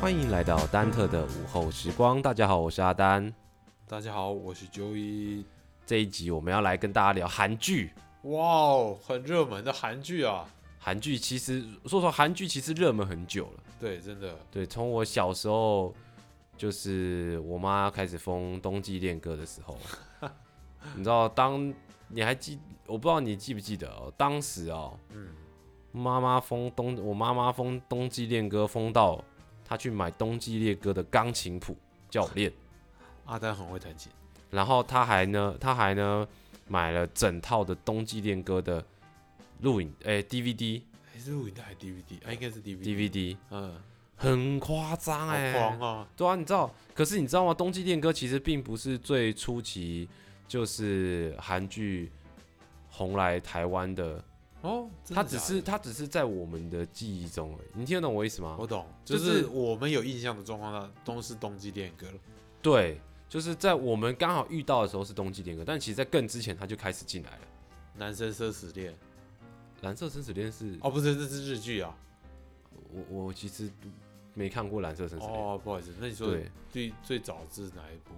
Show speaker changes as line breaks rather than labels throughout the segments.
欢迎来到丹特的午后时光。大家好，我是阿丹。
大家好，我是 Joey。
这一集我们要来跟大家聊韩剧。
哇哦，很热门的韩剧啊！
韩剧其实说实话，韩剧其实热门很久了。
对，真的，
对，从我小时候就是我妈开始封《冬季恋歌》的时候，你知道，当你还记，我不知道你记不记得哦，当时哦，
嗯，
妈妈封冬，我妈妈封《冬季恋歌》封到她去买《冬季恋歌》的钢琴谱叫我练，
阿丹很会弹琴。
然后她还呢，她还呢买了整套的《冬季恋歌》的录影，诶 d v d
还哎是录影带还是 DVD？啊，应该是 DVD。
DVD，
嗯，
很夸张
好
哎、
狂啊！
对啊，你知道，可是你知道吗？《冬季恋歌》其实并不是最初期就是韩剧红来台湾的，
哦，真
它
的
只
假的
是它只是在我们的记忆中而已，你听得懂我意思吗
我？懂，
就
就是是我们有印象的状况下都是冬季恋歌了。
对，就是在我们刚好遇到的时候是《冬季恋歌》，但其实在更之前它就开始进来了。
男生奢侈恋
蓝色生死恋是，
哦，不是，这是日剧啊。
我我其实没看过蓝色生死恋，
哦，不好意思，那你说
对，
最最早是哪一部？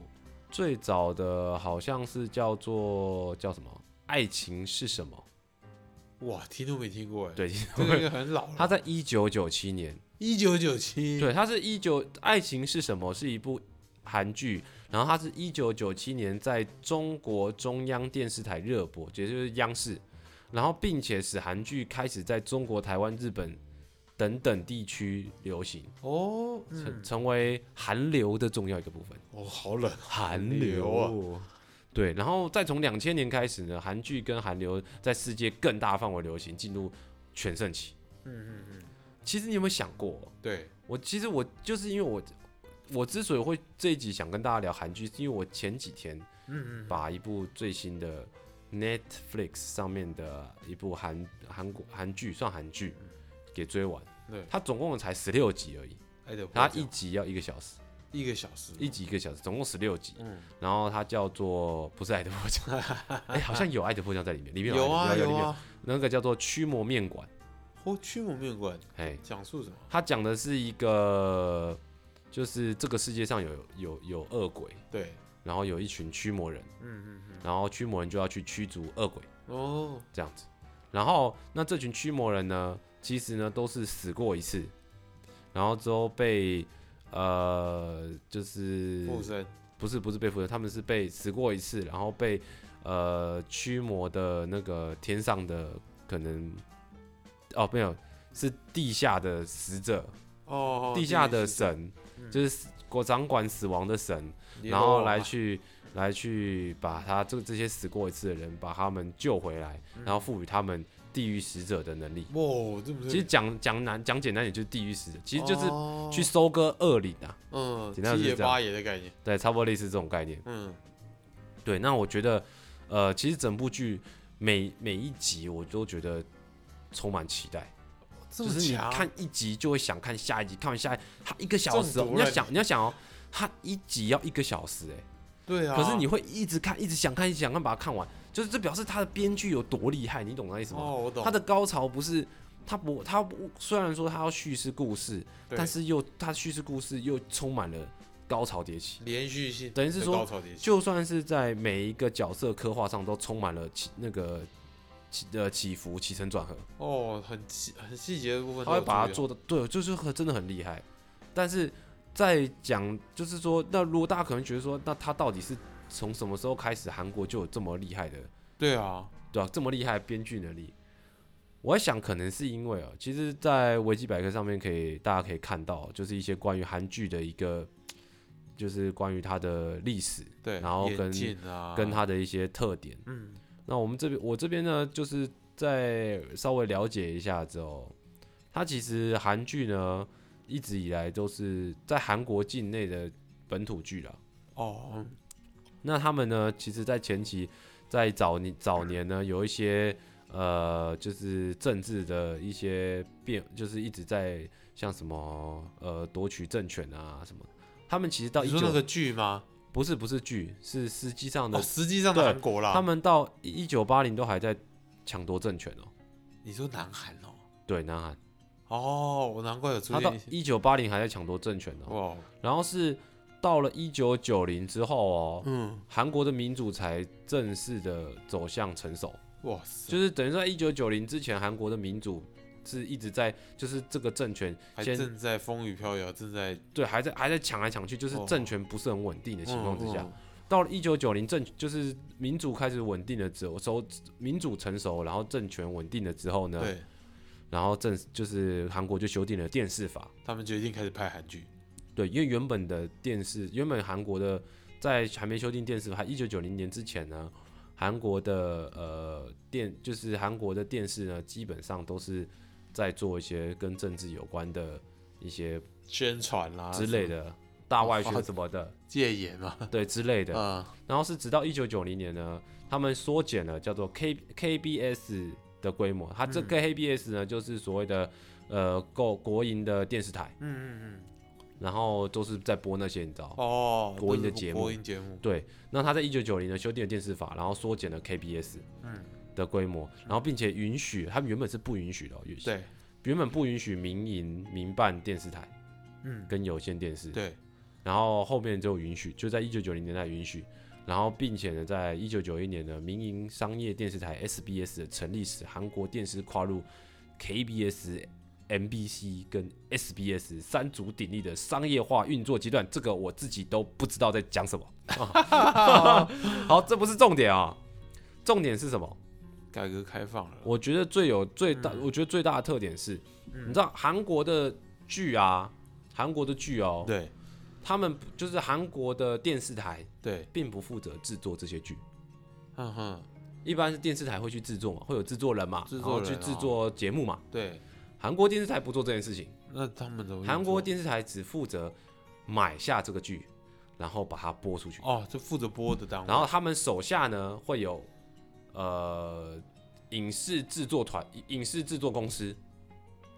最早的好像是叫做叫什么？爱情是什么？
哇，听都没听过哎。，
对，
这个应该很老
它
了。
在一九九七年。
一九九七。
对，它是一九《爱情是什么》是一部韩剧，然后它是一九九七年在中国中央电视台热播，也就是央视，然后并且使韩剧开始在中国台湾、日本等等地区流行，
哦，
成
嗯，
成为韩流的重要一个部分。
哦，好冷。
韩
韩
流啊。对，然后再从两千年开始呢，韩剧跟韩流在世界更大范围流行，进入全盛期。
嗯嗯嗯，
其实你有没有想过、哦
对，
我其实我就是因为我我之所以会这一集想跟大家聊韩剧，是因为我前几天
嗯嗯，
把一部最新的 Netflix 上面的一部韩韩国韩剧算韩剧给追完，
嗯对，
它总共才十六集而已，
爱德华
它
奖
一集要一个小时，
一个小时，
一集一个小时，总共十六集。
嗯，
然后它叫做不是爱德 破酱，哎、好像有爱德破酱在里面，里面
有
爱
啊
德有
有
里面
啊。
那个叫做驱魔面馆，
哦，驱魔面馆
哎，
讲述什么？
它讲的是一个，就是这个世界上有有有恶鬼，
对，
然后有一群驱魔人，
嗯嗯
然后驱魔人就要去驱逐恶鬼
嗯，哦，
这样子。然后那这群驱魔人呢，其实呢都是死过一次，然后之后被呃就是
附身，
不是不是被附身，他们是被死过一次，然后被呃驱魔的那个天上的可能哦没有是地下的使者，
哦，
地下的
狱使者，嗯
神就是死国掌管死亡的神，
阎
然
罗
后
王
来
啊，
去来去把他这这些死过一次的人，把他们救回来，
嗯
然后赋予他们地狱使者的能力。
哇，这么
其实讲讲难讲简单点，就是地狱使者，其实就是
哦
去收割恶灵啊，
嗯
简单
七
的是
爷
这样
八爷的概念，
对，差不多类似这种概念。
嗯，
对，那我觉得，呃，其实整部剧每每一集我都觉得充满期待，
这
就
么
是你
强，
看一集就会想看下一集，看完下一，它一个小时、哦，
中毒
你要
了
想你要想哦，它一集要一个小时哎、
对啊，
可是你会一直看，一直想看，一直想看，把它看完，就是这表示他的编剧有多厉害，你懂那意思吗？
哦，我懂，
他的高潮不是他不他不虽然说他要叙事故事，
对
但是又他叙事故事又充满了高潮迭起，
连续性，
等于是说
高潮迭起，
就算是在每一个角色刻画上都充满了起那个起呃起伏、起承转合，
哦，很细很细节的部分都
他会
有注意到，啊
把它做的对，就是很真的很厉害。但是在讲就是说，那如果大家可能觉得说，那他到底是从什么时候开始韩国就有这么厉害的？
对啊，
对啊，这么厉害的编剧能力，我在想可能是因为哦、其实，在维基百科上面可以大家可以看到，就是一些关于韩剧的一个，就是关于它的历史、
对，
然后
眼
跟
镜啊，
跟，它的一些特点。
嗯，
那我们这边我这边呢，就是在稍微了解一下之后，它其实韩剧呢一直以来都是在韩国境内的本土剧啦，
哦，
那他们呢，其实，在前期，在早年早年呢，有一些呃，就是政治的一些变，就是一直在像什么呃夺取政权啊什么的。他们其实到
你
一
说
九、
那个剧吗？
不是不是剧，是实际上的，
哦，实际上的
对
韩国啦，
他们到一九八零都还在抢夺政权哦。
你说南韩哦？
对，南韩
哦，我难怪有出
他到
现一些
一九八零还在抢夺政权呢、
哇，
然后是到了一九九零之后哦，
嗯，
韩国的民主才正式的走向成熟，
哇塞，
就是等于说一九九零之前，韩国的民主是一直在，就是这个政权
还
先
正在风雨飘摇，正在
对还在还在抢来抢去，就是
哦
政权不是很稳定的
嗯
情况之下，
嗯
到了一九九零政就是民主开始稳定了之后，收民主成熟，然后政权稳定了之后呢，
对
然后政就是韩国就修订了电视法，
他们决定开始拍韩剧，
对，因为原本的电视，原本韩国的在还没修订电视法，一九九零年之前呢，韩国的呃电就是韩国的电视呢，基本上都是在做一些跟政治有关的一些
宣传啦
之类，的、大外宣什么 的，
戒严嘛，
对之类的。
嗯，
然后是直到一九九零年呢，他们缩减了叫做 K KBS 的规模，它
嗯
这个 KBS 呢、就是所谓的呃国国营的电视台，嗯嗯嗯，然后都是在播那些你知道。
哦，
国营
都
的
是
节目
国营节目，
对，那他在一九九零年修订了电视法，然后缩减了 KBS
嗯
的规模，然后并且允许他们原本是不允许的、哦，允
对，
原本不允许民营民办电视台
嗯，
跟有线电视，
对，
然后后面就允许，就在一九九零年代允许，然后并且呢，在一九九一年呢，民营商业电视台 SBS 的成立使韩国电视跨入 KBS。MBC 跟 SBS 三足鼎立的商业化运作阶段，这个我自己都不知道在讲什么。 好，这不是重点啊，重点是什么？
改革开放了，
我觉得最有最大，我觉得最大的特点是，你知道韩国的剧啊，韩国的剧哦，
对
他们不就是韩国的电视台
对，
并不负责制作这些剧，
哼哼，
一般是电视台会去制作嘛，会有制作人嘛，
制
然
作
后
人
去
啊
制作节目嘛。
对，
韩国电视台不做这件事情，
那他们怎么运
韩国
作
电视台只负责买下这个剧，然后把它播出去。
哦，就负责播的单位，
然后他们手下呢会有呃影视制作团、影视制作公司，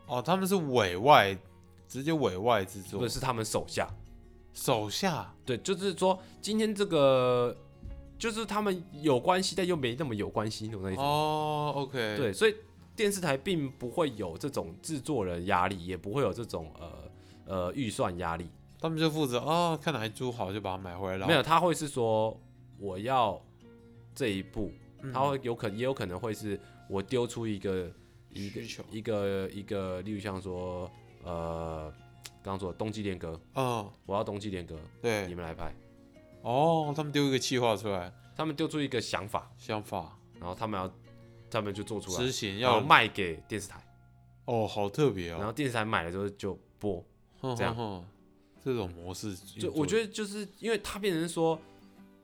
哦，他们是委外，直接委外制
不
作，
是他们手下。
手下
对，就是说今天这个就是他们有关系，但又没那么有关系，你懂那意思吗？
哦，OK，，
对，所以电视台并不会有这种制作人压力，也不会有这种呃呃预算压力，
他们就负责哦，看哪一株好就把它买回来，
没有，他会是说我要这一部，
嗯
他会有可也有可能会是我丢出一个一个
需求，
一个一个，例如像说呃，刚刚说的冬季恋歌，
嗯，
我要冬季恋歌，你
对，
们来拍，
哦，他们丢一个计划出来，
他们丢出一个想法，
想法
然后他们要他们就做出来
执，行
然后
要
卖给电视台，
哦，好特别
然
哦，
后电视台买了之后就播。
哼
这样
哼哼这种模式运嗯作，
就我
得
觉得就是因为他变成说，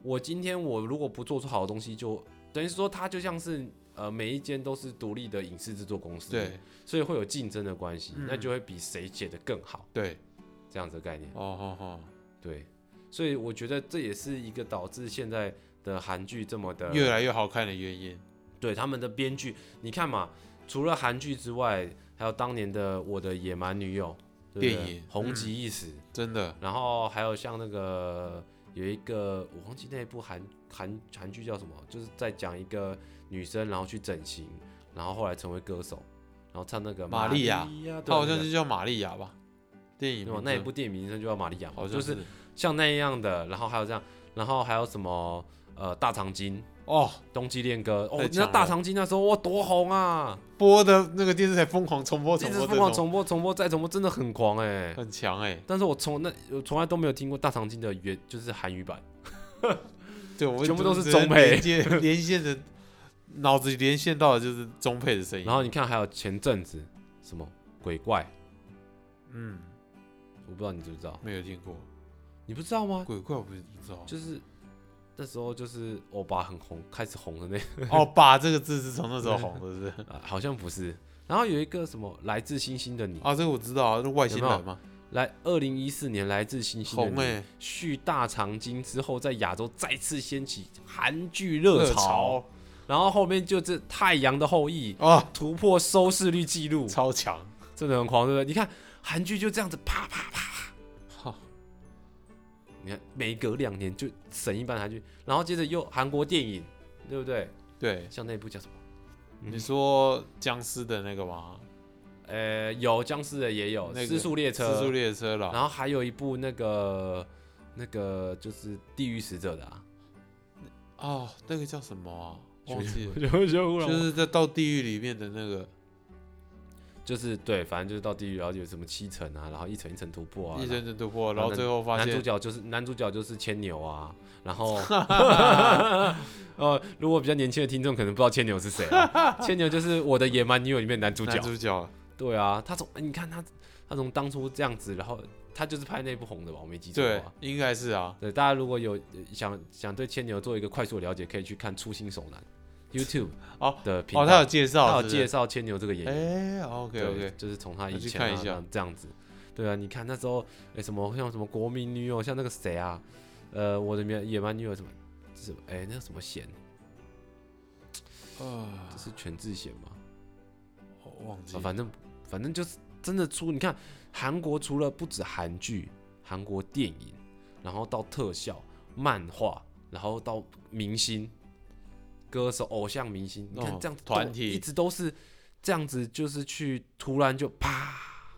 我今天我如果不做出好的东西就，等于是说他就像是呃每一间都是独立的影视制作公司，，
对
所以会有竞争的关系，
嗯
那就会比谁写的更好
对，
这样子的概念，
哦吼吼，
对，所以我觉得这也是一个导致现在的韩剧这么的
越来越好看的原因，
对他们的编剧，你看嘛，除了韩剧之外，还有当年的《我的野蛮女友》对不对
电影
红极一时。
真的，
然后还有像那个有一个我忘记那一部韩韩韩剧叫什么，就是在讲一个女生然后去整形，然后后来成为歌手，然后唱那个
玛利亚
亚对
她好像
那个
就叫玛利亚吧，电影
对吧
名
那一
称
部电影名称就叫玛利亚嘛，
好
就
像
是像那样的，然后还有这样，然后还有什么呃大长今、
哦，
冬季恋歌，哦
太，
那
强了
大长今那时候哇多红啊，
播的那个电视台疯狂重播，
一
重
直
播，
疯狂，重播、重播再重播，真的很狂哎、
很强哎、
但是我从那我从来都没有听过大长今的原就是韩语版，
对，我们
全部都是
只能
中配
连 接连线的，脑子里连线到的就是中配的声音。
然后你看还有前阵子什么鬼怪。
嗯，
我不知道你知不知道，
没有听过
你不知道吗？
鬼怪，我不知道。
就是那时候就是欧巴很红，开始红的那
哦，把这个字是从那时候红的，是不是？
啊，好像不是。然后有一个什么来自星星的你，
啊，这个我知道啊，这外星人嘛，
来二零一四年来自星星的
红
你、
哎、
续大长今之后，在亚洲再次掀起韩剧热潮，然后后面就是《太阳的后裔》
啊，
突破收视率记录，
超强，
真的很狂，对不对？你看韩剧就这样子啪啪啪，
哈，
你看每隔两年就神一般的韩剧，然后接着又韩国电影，对不对？
对，
嗯像那部叫什么？
你说僵尸的那个吗？
呃，有僵尸的也有，
那个
失速列车，
自助列车啦，
然后还有一部那个那个就是《地狱使者》的啊，
哦，那个叫什么啊？忘记 了，
就
就是在到地狱里面的那个
就是对，反正就是到地狱，然后有什么七层啊，然后一层一层突破啊，
一
然
生的突破，
然
然
后
后最后
后
发
男主
现，
角就是男主角就是牵牛啊，然 后呃，如果比较年轻的听众可能不知道牵牛是谁、啊，牵牛就是我的野蛮女友里面的男主角
男，主角
对啊，他从你看他他从当初这样子，然后他就是拍那部红的吧，我没记错的
对
话，
应该是啊，
对，大家如果有呃想想对牵牛做一个快速的了解，可以去看《初心手难》YouTube
哦
的频道，
哦，他有介
他
绍，
有介
绍，
绍牵牛这个演员，
哎，OK
对
OK，
就是从他
我
以
去
前
看
啊
一下
这样子，对啊，你看那时候哎什么像什么国民女友，像那个谁啊，呃，我的野野蛮女友什么什么哎那个什么贤，
啊，
这是全智贤吗？
我忘记
啊，
了，
反正反正就是真的出，你看韩国除了不止韩剧、韩国电影，然后到特效、漫画，然后到明星、歌手、偶像明星，你看
哦
这样子
团
都
体
一直都是这样子，就是去突然就啪，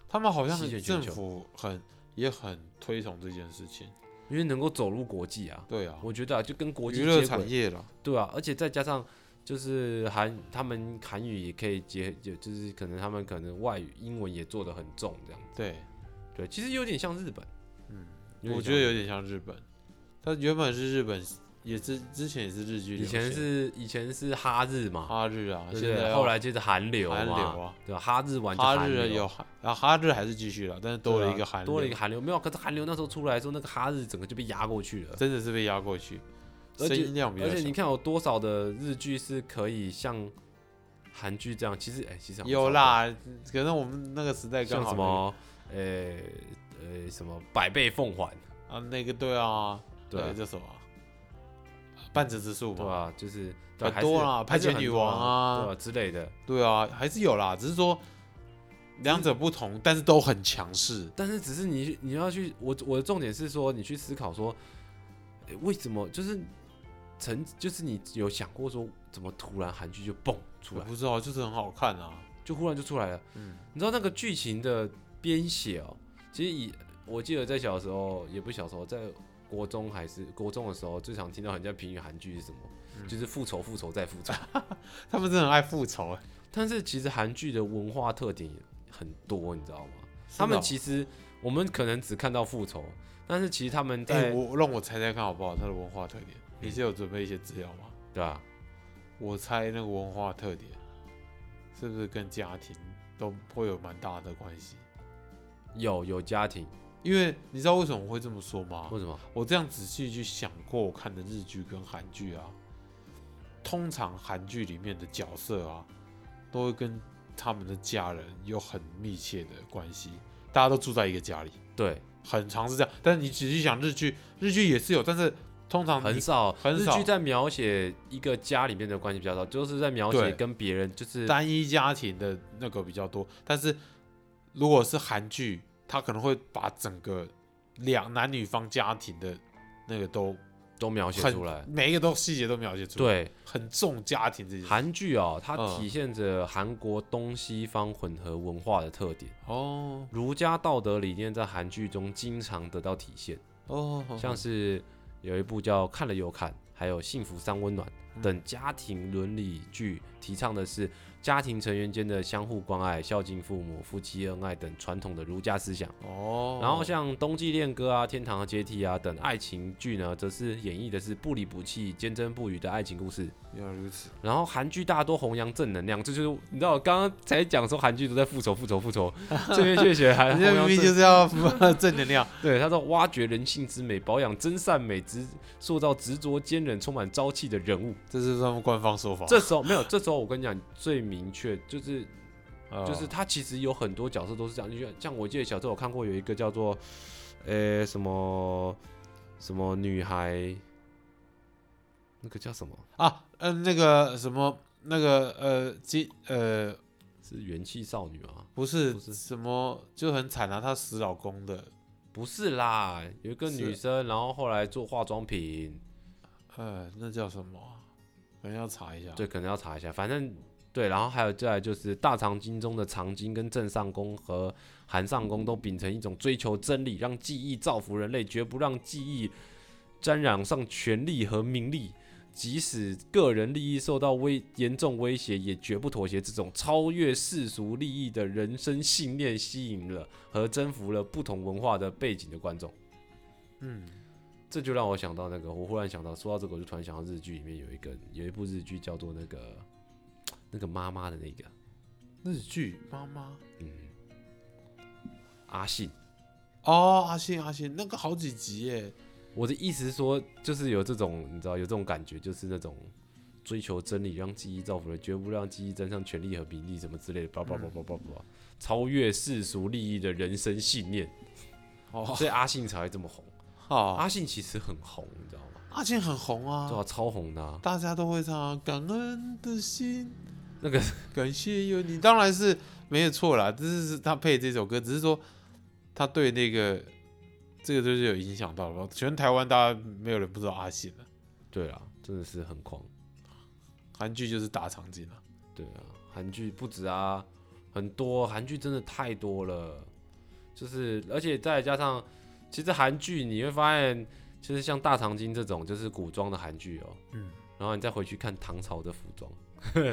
他们好像
席卷全
政
球
府很也很推崇这件事情，
因为能够走入国际啊，
对啊，
我觉得啊，就跟国际
娱乐
接轨
产业了，
对啊，而且再加上就是韩，他们韩语也可以结，就就是可能他们可能外语、英文也做的很重这样，
对，
对，其实有点像日本，嗯，
我觉得有点像日本，它原本是日本，也之之前也是日剧流
以
行，
前是以前是哈日嘛，
哈日啊，
对不
现
对？
在
后来接着韩流
韩流
嘛，
啊，
对吧？哈日完就
哈
韩
日
流
有韩啊，哈日还是继续了，但是多
对啊
了一个韩流，
多了一个韩流，没有，可是韩流那时候出来的时候，那个哈日整个就被压过去了。
真的是被压过去，
而
声
且
音量比较
而且
小
你。看有多少的日剧是可以像韩剧这样，其实哎、其实好像
有啦，可能我们那个时代
差
刚
不多，像什
好
么呃呃什么百倍奉还，
啊，那个对啊，
对啊
那个叫什么啊？半泽直树
对啊
嘛，
吧？就是对
很多啦
啊，还是
拍拳女王啊
很多对吧之类的。
对啊，还是有啦，只是说两者不同，但是都很强势。
但是只是你你要去，我我的重点是说，你去思考说，诶为什么就是曾就是你有想过说，怎么突然韩剧就蹦出
我
来，
不知道，就是很好看啊。
就忽然就出来了？
嗯，
你知道那个剧情的编写哦，其实以我记得在小时候，也不小时候，在国中还是国中的时候，最常听到人家评语韩剧是什么，
嗯
就是复仇复仇再复 仇。
他们真的很爱复仇、哎，
但是其实韩剧的文化特点也很多，你知道吗？
是
他们
哦
其实我们可能只看到复仇，但是其实他们
哎、
在、
我让我猜猜看好不好？它的文化特点，你是有准备一些资料吗？
对啊，
我猜那个文化特点是不是跟家庭都会有蛮大的关系？
有有家庭，
因为你知道为什么我会这么说吗？
为什么？
我这样仔细去想过我看的日剧跟韩剧啊，通常韩剧里面的角色啊，都会跟他们的家人有很密切的关系，大家都住在一个家里，
对，
很常是这样。但是你仔细想日剧，日剧也是有，但是通常
很
哦你
少，
很
日
少
剧在描写一个家里面的关系比较少，就是在描写
对
跟别人，就是
单一家庭的那个比较多，但是如果是韩剧，它可能会把整个两男女方家庭的那个都
都描写
很
出来。
每一个都细节都描写出来，
对，
很重家庭这件事。
韩剧哦，它
嗯
体现着韩国东西方混合文化的特点，
哦
儒家道德理念在韩剧中经常得到体现。
哦，
像是有一部叫《看了又看》，还有《幸福三温暖》
嗯
等家庭伦理剧，提倡的是家庭成员间的相互关爱、孝敬父母、夫妻恩爱等传统的儒家思想。
哦，
然后像《冬季恋歌》啊、《天堂的阶梯啊》等爱情剧呢，则是演绎的是不离不弃、坚贞不渝的爱情故事。
原来如此，
然后韩剧大多弘扬正能量，这就是你知道我刚刚才讲说韩剧都在复仇、复仇、复仇，这边却写还
人
弘
家
扬
明
正
明就是要 正能量，
对，他说挖掘人性之美，保养真善美，执塑造执着坚韧、充满朝气的人物。
这是他们官方说法，
这时候没有，这时候我跟你讲，最明确就是
呃
就是他其实有很多角色都是这样，就像像我记得小时候我看过有一个叫做呃什么什么女孩，那个叫什么
啊，嗯，那个什么，那个呃，金呃，
是元气少女啊？
不是
不是
什么，就很惨啊，她死老公的，
不是啦，有一个女
是
生，然后后来做化妆品，
呃，那叫什么啊？可能要查一下。
对，可能要查一下，反正对，然后还有再来就是大长今中的长今跟正上宫和韩上
嗯
宫都秉承一种追求真理，让记忆造福人类，绝不让记忆沾染上权力和名利。即使个人利益受到威严重威胁，也绝不妥协。这种超越世俗利益的人生信念，吸引了和征服了不同文化的背景的观众。
嗯，
这就让我想到那个，我忽然想到，说到这个，我就突然想到日剧里面有一个有一部日剧叫做那个那个妈妈的那个嗯
日剧妈妈
阿信。
哦，阿信阿信那个好几集耶，
我的意思是说，就是有这种你知道有这种感觉，就是那种追求真理，让记忆造福人，绝不让记忆沾上权力和名利什么之类的，叭叭叭叭叭
嗯
叭，超越世俗利益的人生信念，
哦，
所以阿信才会这么红。
好，
阿信其实很红，你知道吗？
阿信很红啊，
对啊，超红的、啊。
大家都会唱啊感恩的心，
那个
感谢有你，当然是没有错啦。这是他配这首歌，只是说他对那个这个就是有影响到了。全台湾大家没有人不知道阿信了，
对啊，真的是很狂。
韩剧就是大长今了。
对啊，韩剧不止啊，很多韩剧真的太多了，就是而且再加上，其实韩剧你会发现，就是像大长今这种就是古装的韩剧哦，
嗯，
然后你再回去看唐朝的服装，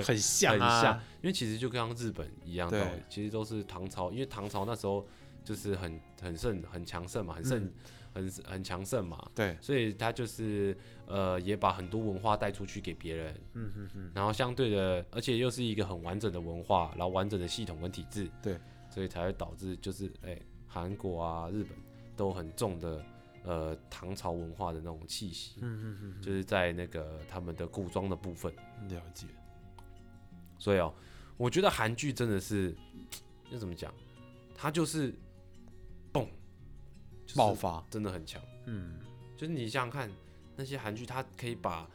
很像、啊，
很像，因为其实就跟像日本一样，
对
道理其实都是唐朝，因为唐朝那时候就是很很盛很强盛嘛，很
嗯
盛、很很强盛嘛，
对，
所以他就是呃也把很多文化带出去给别人，
嗯嗯嗯，
然后相对的，而且又是一个很完整的文化，然后完整的系统跟体制，
对，
所以才会导致就是哎，韩国啊、日本都很重的呃唐朝文化的那种气息，
嗯嗯
就是在那个他们的古装的部分。
嗯，了解。
所以哦，我觉得韩剧真的是要怎么讲，它就是嘣、就是
爆发，
真的很强。
嗯，
就是你想想看，那些韩剧，它可以把，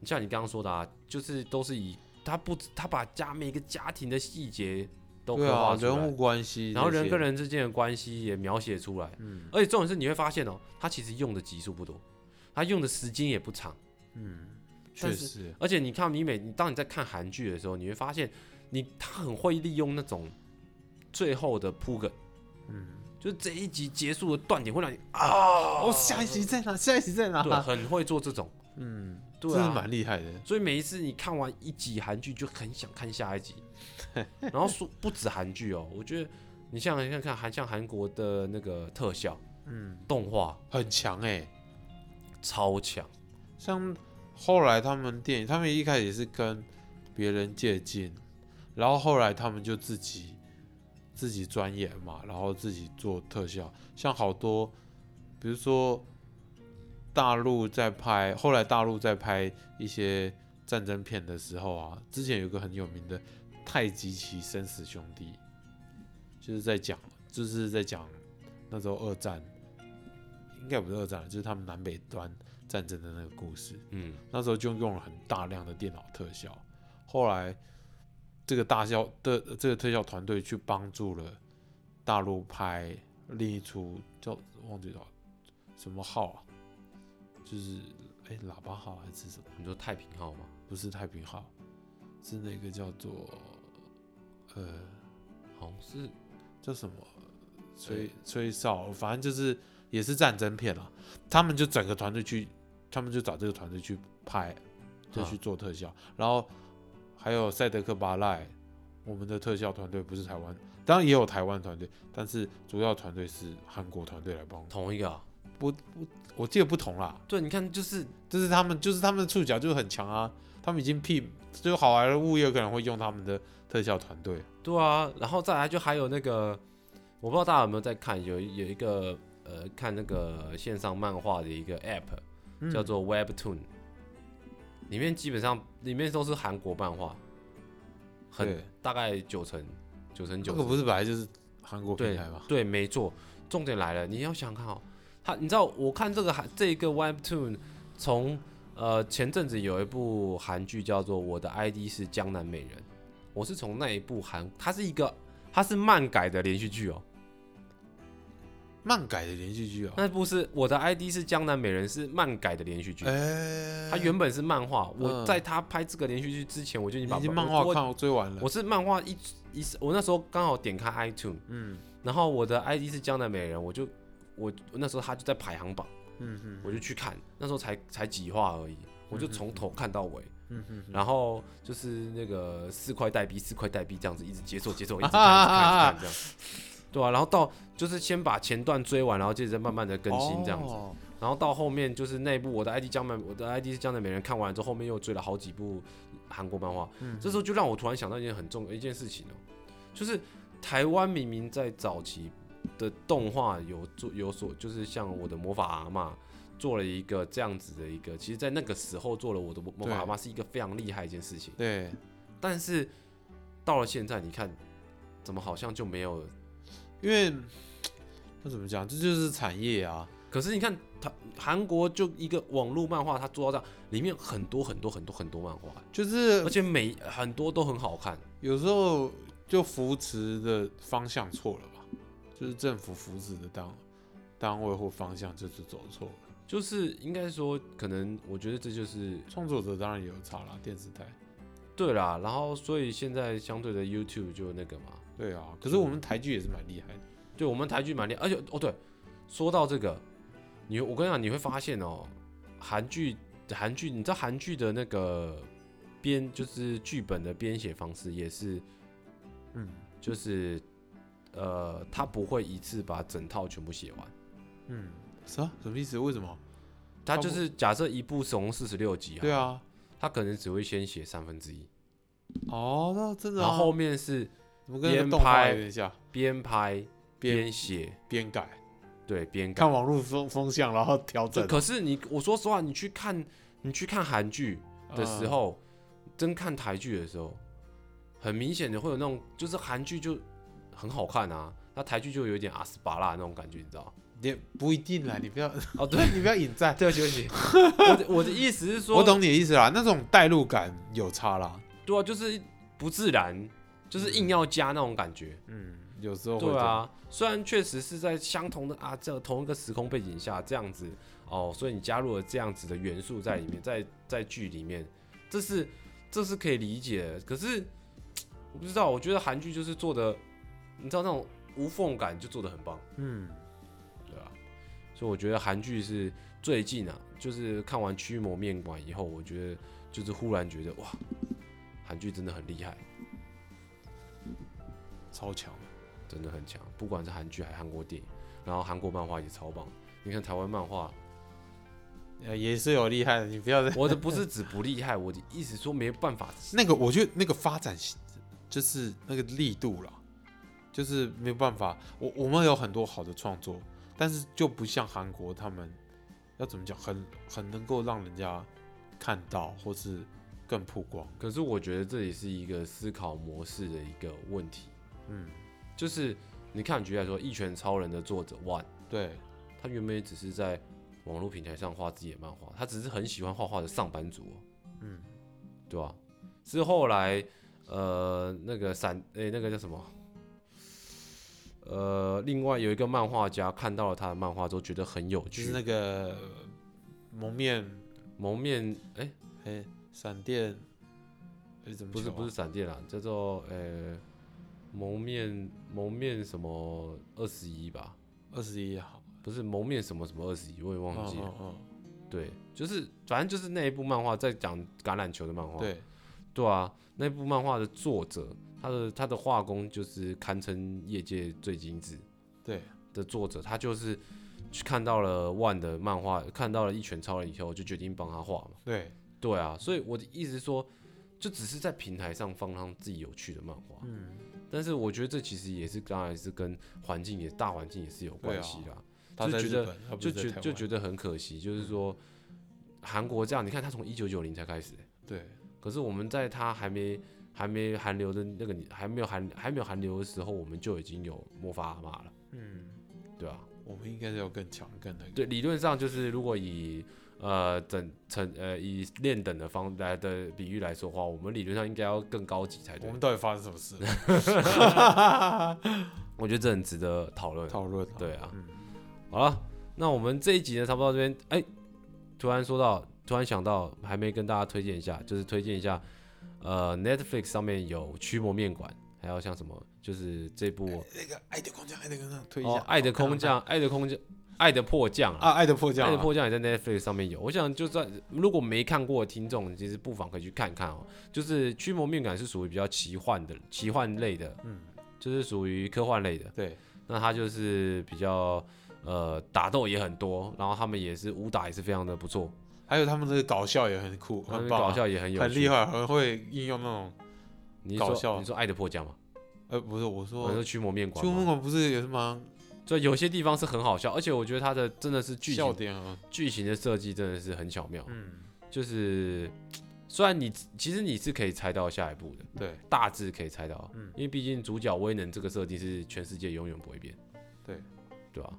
你像你刚刚说的啊，就是都是以它不，它把家每个家庭的细节都刻
对啊，
画出来，
人物关系，
然后人跟，人之间的关系也描写出来。
嗯
而且重点是你会发现哦，它其实用的集数不多，它用的时间也不长。
嗯，
但
确
是
实，
而且你看，你每你当你在看韩剧的时候，你会发现你他很会利用那种最后的铺梗，
嗯，
就是这一集结束的断点会让你
哦，下一集在哪？下一集在
对
哪？
很会做这种，
嗯，
对
真
啊
的啊蛮厉害的。
所以每一次你看完一集韩剧，就很想看下一集。然后说不止韩剧哦，我觉得你像像看韩像韩国的那个特效
嗯，
动画
很强哎、
超强，
像后来他们电影，他们一开始也是跟别人借镜，然后后来他们就自己自己钻研嘛，然后自己做特效。像好多，比如说大陆在拍，后来大陆在拍一些战争片的时候啊，之前有个很有名的《太极旗生死兄弟》，就是在讲，就是在讲那时候二战，应该不是二战，就是他们南北端战争的那个故事。
嗯，
那时候就用了很大量的电脑特效。后来这个大效的这个特效团队去帮助了大陆拍另一出叫忘记了什么号啊，就是哎、喇叭号还是什么？
你说太平号吗？
不是太平号，是那个叫做呃
好像是
叫什么吹吹哨，反正就是也是战争片啦。他们就整个团队去，他们就找这个团队去拍，就
啊
去做特效。然后还有赛德克巴赖，我们的特效团队不是台湾，当然也有台湾团队，但是主要团队是韩国团队来帮我们。
同一个、啊。
不不，我记得不同啦，
对，你看就是
就是他们就是他们的触角就是很强啊，他们已经媲，就好莱坞也有可能会用他们的特效团队。
对啊，然后再来就还有那个，我不知道大家有没有在看，有有一个呃看那个线上漫画的一个 app，
嗯
叫做 Webtoon，、里面基本上里面都是韩国漫画，很
对
大概九成九成
这
九
个
成，
不是本来就是韩国平
对
台吗？
对，没错。重点来了，你要想看哦，他你知道我看这个韩这个 Webtoon 从呃前阵子有一部韩剧叫做《我的 ID 是江南美人》，我是从那一部韩，它是一个它是漫改的连续剧哦，
漫改的连续剧啊，
那部是我的 ID 是江南美人，是漫改的连续剧。
哎，
它原本是漫画，我
嗯
在他拍这个连续剧之前，我就已经把
你已经
我
漫画
我
看我追完了，
我是漫画一一，我那时候刚好点开 iTune，
嗯
然后我的 ID 是江南美人，我就我那时候他就在排行榜，
嗯嗯
我就去看，那时候才才几话而已，我就从头看到尾，
嗯嗯
然后就是那个四块代币，四块代币这样子一直解锁解 锁，一直看一直看一直看
啊
这样，对啊，然后到就是先把前段追完，然后接着再慢慢的更新这样子，
哦
然后到后面就是那一部我的 ID 江南，我的 ID 是江南美人，看完之后后面又追了好几部韩国漫画，
嗯
这时候就让我突然想到一件很重一件事情哦、就是台湾明明在早期的动画有做有所，就是像我的魔法阿嬷做了一个这样子的一个，其实，在那个时候做了我的魔法阿嬷是一个非常厉害的一件事情，
对，
但是到了现在，你看怎么好像就没有了？
因为那怎么讲，这就是产业啊，
可是你看，他韩国就一个网络漫画，它做到这样，里面很多很多很多很多漫画，
就是
而且每很多都很好看。
有时候就扶持的方向错了吧，就是政府扶持的单单位或方向就是走错了。
就是应该说，可能我觉得这就是
创作者当然也有差啦，电视台。
对啦。然后，所以现在相对的 YouTube 就那个嘛，
对啊，可是我们台剧也是蛮厉害的。
对我们台剧蛮厉害。而且哦，对，说到这个，你我跟你讲，你会发现哦，韩剧韩剧，你知道韩剧的那个编就是剧本的编写方式也是
嗯
就是呃，他不会一次把整套全部写完，
嗯，什么什么意思？为什么？
他
他
就
不
是假设一部总共四十六集，
对，啊，
他可能只会先写三分之一，
哦，那真的、
然
啊。
后后面是
怎么跟那
边
个动画
拍
有点像？
边拍
边
边写，
边改，
对，边改
看。网络风风向，然后调整
对，可是你我说实话，你去看你去看韩剧的时
嗯
候，真看台剧的时候，很明显的会有那种，就是韩剧就很好看啊，那台剧就有一点阿斯巴拉那种感觉，你知道吗？
也不一定啦。你不要，
哦，对，
你不要引战。
对不起，对不 起，我的我的意思是说，
啊我懂你的意思啦，那种代入感有差啦。
对啊，就是不自然，就是硬要加那种感觉。
嗯，有时候会
对
这样，
啊，虽然确实是在相同的啊，这同一个时空背景下这样子哦，所以你加入了这样子的元素在里面，在在剧里面，这是这是可以理解的。可是我不知道，我觉得韩剧就是做的，你知道那种无缝感就做的很棒，
嗯，
对啊。所以我觉得韩剧是最近啊，就是看完《驱魔面馆》以后，我觉得就是忽然觉得哇，韩剧真的很厉害，
超强。
真的很强，不管是韩剧还是韩国电影，然后韩国漫画也超棒。你看台湾漫画，
呃，也是有厉害的，你不要再
我的不是指不厉害，我的意思说没办法。
那个，我觉得那个发展就是那个力度啦，就是没有办法。我我们有很多好的创作，但是就不像韩国他们要怎么讲，很很能够让人家看到，或是更曝光。
可是我觉得这也是一个思考模式的一个问题，
嗯，
就是你看举例来说，《一拳超人》的作者 One，
对，
他原本也只是在网络平台上画自己的漫画，他只是很喜欢画画的上班族、哦，
嗯，
对吧、啊是后来呃那个闪诶、那个叫什么？呃，另外有一个漫画家看到了他的漫画之后，觉得很有
就
趣
是，那个呃蒙面，
蒙面哎、
哎、闪电，哎、怎么
不是
讲啊
不是闪电啦，叫做呃蒙面蒙面什么二十一吧，
二十一号，
不是蒙面什么什么二十一，我也忘记了。
嗯嗯
对，就是反正就是那一部漫画在讲橄榄球的漫
嗯，
画，
对，
对啊，那部漫画的作者他的他的画工就是堪称业界最精致
对，
的作者，他就是去看到了万的漫画，看到了一拳超人以后，就决定帮他画嘛。
对，
对啊，所以我的意思是说，就只是在平台上放上自己有趣的漫画，
嗯，
但是我觉得这其实也是当然是跟环境也大环境也是有关系啦，
他
就
在
觉
日
得
本，啊他不
就是
在
觉
台
就
湾嗯
觉得很可惜，就是说韩国这样，你看他从一九九零才开始欸、
对，
可是我们在他还没还没韩流的那个年还没有韩还没有韩流的时候，我们就已经有魔法阿玛了，
嗯。
对啊，
我们应该是要更强、更那个。
对，理论上就是如果以呃整成呃以练等的方来的比喻来说的话，我们理论上应该要更高级才对
我。们到底发生什么事？
我觉得这很值得讨论。
讨论、
对啊，
嗯
好了，那我们这一集呢，差不多到这边。哎、突然说到，突然想到，还没跟大家推荐一下，就是推荐一下，呃，Netflix 上面有《驱魔面馆》，还有像什么，就是这部
那个《爱的空降》，《爱的空降》推一
哦
下，
《爱的空降》《爱的空降》《爱的迫降》啊，
啊，《爱的迫降
爱》的
啊，
迫降》也在 Netflix 上面有。我想就在如果没看过的听众，其实不妨可以去看看哦。就是《驱魔面馆》是属于比较奇幻的、奇幻类的，
嗯，
就是属于科幻类的。
对，
那它就是比较呃打斗也很多，然后他们也是武打也是非常的不错，
还有他们的搞笑也很酷，
他
很
们
棒啊，
搞笑也很有
很
趣。
厉害，很会应用那种。
你
搞
说
笑
你说爱的迫降吗？
呃，不是，我
我说
说
驱魔面馆
秋风
吗？
馆不是也是蛮
就有些地方是很好笑，而且我觉得它的真的是剧
笑
情
点啊？
剧情的设计真的是很巧妙，
嗯，
就是虽然你其实你是可以猜到下一步的，
对
大致可以猜到，
嗯
因为毕竟主角威能这个设定是全世界永远不会变，
对
对吧、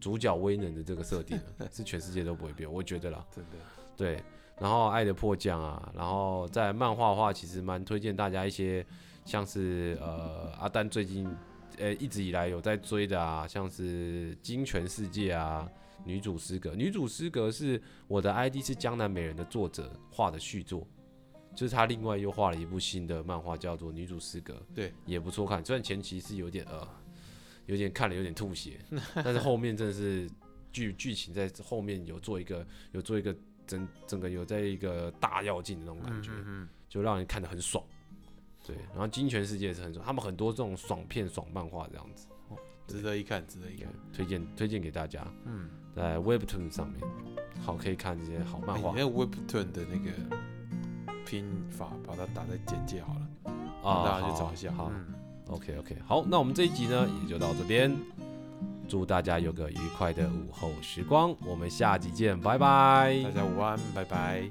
主角威能的这个设定 呢是全世界都不会变，我觉得啦。
真的，
对，然后《爱的迫降》啊，然后在漫画的话，其实蛮推荐大家一些像是呃阿丹最近呃一直以来有在追的啊，像是《金泉世界》啊，《女主诗格》。《女主诗格》是我的 ID 是江南美人的作者画的续作。就是他另外又画了一部新的漫画，叫做《女主诗格》，
对，
也不错看。虽然前期是有点呃，有点看了有点吐 血，但是后面真的是剧剧情在后面有做一个有做一个整整个有在一个大跃进的那种感觉，
嗯
就让人看得很爽。对，然后《金泉世界》也是很爽，他们很多这种爽片、爽漫画这样子，
嗯，值得一看，值得一看。
推荐推荐给大家。
嗯，
在 Webtoon 上面，好可以看这些好漫
哎
画
你那 Webtoon 的那个拼法，把它打在简介好了，让
啊，
大家去
好
找一下。
好
嗯
OK OK，好，那我们这一集呢也就到这边，祝大家有个愉快的午后时光，我们下集见，拜拜
大。家午安，拜拜。